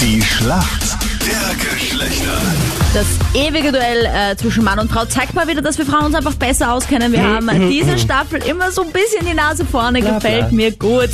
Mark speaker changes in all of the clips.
Speaker 1: Die Schlacht der Geschlechter.
Speaker 2: Das ewige Duell äh, zwischen Mann und Frau zeigt mal wieder, dass wir Frauen uns einfach besser auskennen. Wir haben diese Staffel immer so ein bisschen die Nase vorne, gefällt mir gut.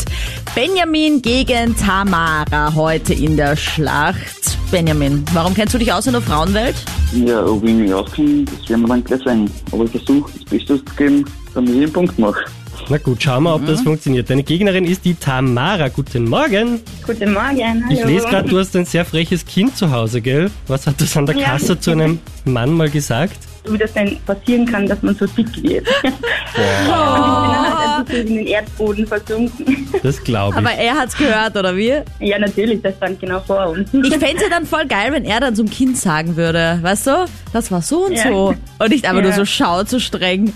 Speaker 2: Benjamin gegen Tamara heute in der Schlacht. Benjamin, warum kennst du dich aus in der Frauenwelt?
Speaker 3: Ja, ob ich mich auskenne, das werden wir dann gleich sehen. Aber ich versuche, das Beste zu geben, damit ich einen Punkt mache.
Speaker 4: Na gut, schauen wir, ob
Speaker 2: Mhm.
Speaker 4: das funktioniert. Deine Gegnerin ist die Tamara. Guten Morgen.
Speaker 5: Guten Morgen, hallo.
Speaker 4: Ich lese gerade, du hast ein sehr freches Kind zu Hause, gell? Was hat das an der
Speaker 5: Ja.
Speaker 4: Kasse zu einem Mann mal gesagt?
Speaker 5: Wie das denn passieren kann, dass man so dick wird. Und ich bin dann halt ein bisschen in den Erdboden versunken.
Speaker 4: Das glaube ich.
Speaker 2: Aber er hat's gehört, oder wie?
Speaker 5: Ja, natürlich, das stand genau vor uns.
Speaker 2: Ich fänd's ja dann voll geil, wenn er dann zum Kind sagen würde, weißt du, das war so und
Speaker 5: Ja.
Speaker 2: so. Und nicht einfach
Speaker 5: Ja.
Speaker 2: nur so schau zu streng.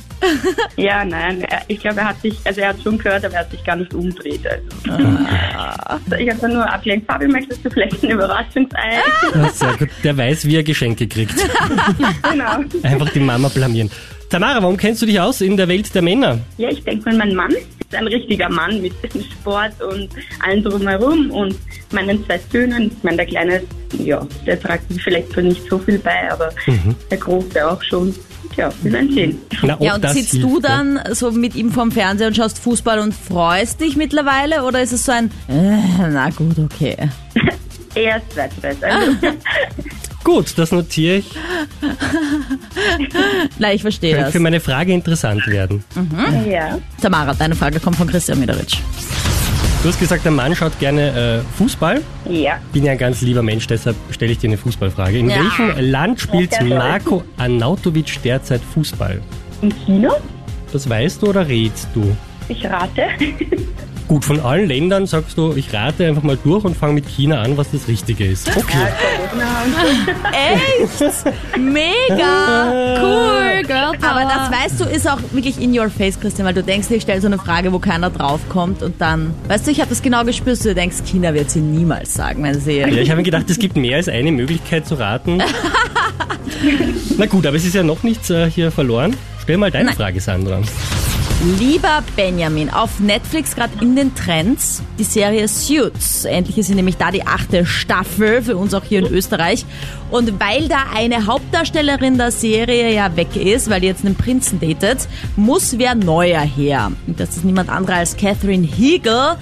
Speaker 5: Ja, nein, er- ich glaube, er hat sich, also er hat schon gehört, aber er hat sich gar nicht umgedreht. Also.
Speaker 4: Ah.
Speaker 5: Ich habe dann nur abgelenkt. Fabi, möchtest du vielleicht ein Überraschungsei?
Speaker 4: Ja, Sehr gut. Der weiß, wie er Geschenke kriegt.
Speaker 5: Genau.
Speaker 4: Einfach die Mama blamieren. Tamara, warum kennst du dich aus in der Welt der Männer?
Speaker 5: Ja, ich denke mal, mein Mann ist ein richtiger Mann mit Sport und allem drumherum und meinen zwei Söhnen. Ich meine, der Kleine, ja, der tragt mir vielleicht so nicht so viel bei, aber der Große auch schon. Tja, wir werden sehen.
Speaker 4: Na, ob
Speaker 2: Ja, und
Speaker 4: das
Speaker 2: sitzt
Speaker 4: hilft,
Speaker 2: du
Speaker 4: ne?
Speaker 2: dann so mit ihm vorm Fernseher und schaust Fußball und freust dich mittlerweile? Oder ist es so ein, äh, na gut, okay.
Speaker 5: Er ist zweitweiß. Also,
Speaker 4: Gut, das notiere ich.
Speaker 2: Nein, ich verstehe
Speaker 4: Könnte
Speaker 2: das.
Speaker 4: für meine Frage interessant werden.
Speaker 5: ja.
Speaker 2: Tamara, deine Frage kommt von Christian Mederitsch.
Speaker 4: Du hast gesagt, der Mann schaut gerne äh, Fußball.
Speaker 5: Ja.
Speaker 4: Bin ja ein ganz lieber Mensch, deshalb stelle ich dir eine Fußballfrage. In
Speaker 2: Ja.
Speaker 4: welchem Land spielt
Speaker 5: Ja, sehr toll.
Speaker 4: Marco Arnautovic derzeit Fußball?
Speaker 5: Im Kino?
Speaker 4: Das weißt du oder rätst du?
Speaker 5: Ich rate.
Speaker 4: Gut, von allen Ländern sagst du, ich rate einfach mal durch und fange mit China an, was das Richtige ist. Okay.
Speaker 2: Echt? Mega! Cool, Girl Aber das weißt du, ist auch wirklich in your face, Christian, weil du denkst, ich stelle so eine Frage, wo keiner draufkommt und dann, weißt du, ich habe das genau gespürt, du denkst, China wird sie niemals sagen, wenn
Speaker 4: Ja,
Speaker 2: sie...
Speaker 4: ich habe mir gedacht, es gibt mehr als eine Möglichkeit zu raten. Na gut, aber es ist ja noch nichts äh, hier verloren. Stell mal deine Frage, Sandra.
Speaker 2: Lieber Benjamin, auf Netflix gerade in den Trends die Serie Suits. Endlich ist sie nämlich da die achte Staffel für uns auch hier in Österreich. Und weil da eine Hauptdarstellerin der Serie ja weg ist, weil die jetzt einen Prinzen datet, muss wer neuer her. Und das ist niemand anderer als Catherine Hegel.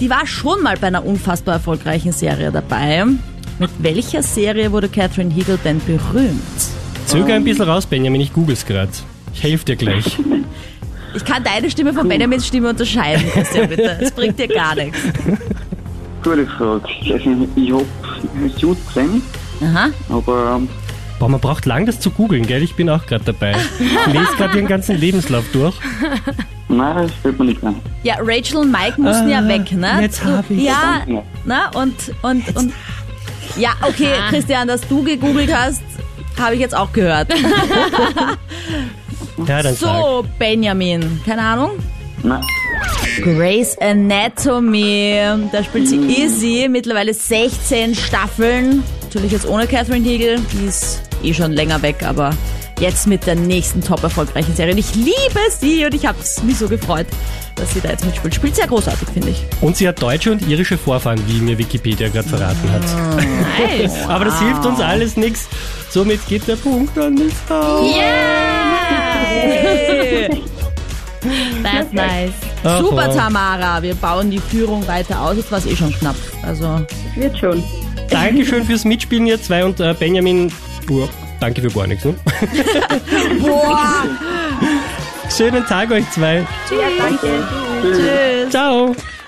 Speaker 2: Die war schon mal bei einer unfassbar erfolgreichen Serie dabei. Mit welcher Serie wurde Catherine Hegel denn berühmt?
Speaker 4: Zöger ein bisschen raus, Benjamin, ich google's gerade. Ich helfe dir gleich.
Speaker 2: Ich kann deine Stimme von Benjamins Stimme unterscheiden, Christian, bitte. Es bringt dir gar nichts.
Speaker 3: Gute Frage. Also, ich habe Suits gesehen,
Speaker 2: Aha.
Speaker 3: aber ähm,
Speaker 4: Boah, man braucht lang, das zu googeln, gell? Ich bin auch gerade dabei. Ich lese gerade ihren ganzen Lebenslauf durch.
Speaker 3: nein, das fällt mir nicht ein.
Speaker 2: Ja, Rachel und Mike mussten ja weg, ne?
Speaker 4: Ah, jetzt
Speaker 2: Du-
Speaker 4: hab ich's.
Speaker 2: Ja,
Speaker 3: Ja.
Speaker 2: na, und, und, und. Ja, okay, Christian, dass du gegoogelt hast, habe ich jetzt auch gehört.
Speaker 4: Ja, dann sag.
Speaker 2: So, Benjamin, keine Ahnung.
Speaker 3: Nein,
Speaker 2: Grey's Anatomy, da spielt sie Izzy, mittlerweile 16 Staffeln. Natürlich jetzt ohne Catherine Hegel, die ist eh schon länger weg, aber jetzt mit der nächsten top erfolgreichen Serie. Und ich liebe sie und ich habe mich so gefreut, dass sie da jetzt mitspielt. Spielt sehr großartig, finde ich.
Speaker 4: Und sie hat deutsche und irische Vorfahren, wie mir Wikipedia gerade verraten hat.
Speaker 2: Nice.
Speaker 4: Aber das hilft uns alles nichts. Somit geht der Punkt an die Frau.
Speaker 6: That's nice.
Speaker 4: Ach,
Speaker 2: Super,
Speaker 4: wow.
Speaker 2: Tamara. Wir bauen die Führung weiter aus. Jetzt war es eh schon knapp. Also,
Speaker 5: Wird schon.
Speaker 4: Dankeschön fürs Mitspielen, ihr zwei. Und äh, Benjamin, boah, danke für gar nichts. Ne?
Speaker 2: boah.
Speaker 4: Schönen Tag euch zwei.
Speaker 5: Ja, danke.
Speaker 2: Tschüss.
Speaker 4: Ciao.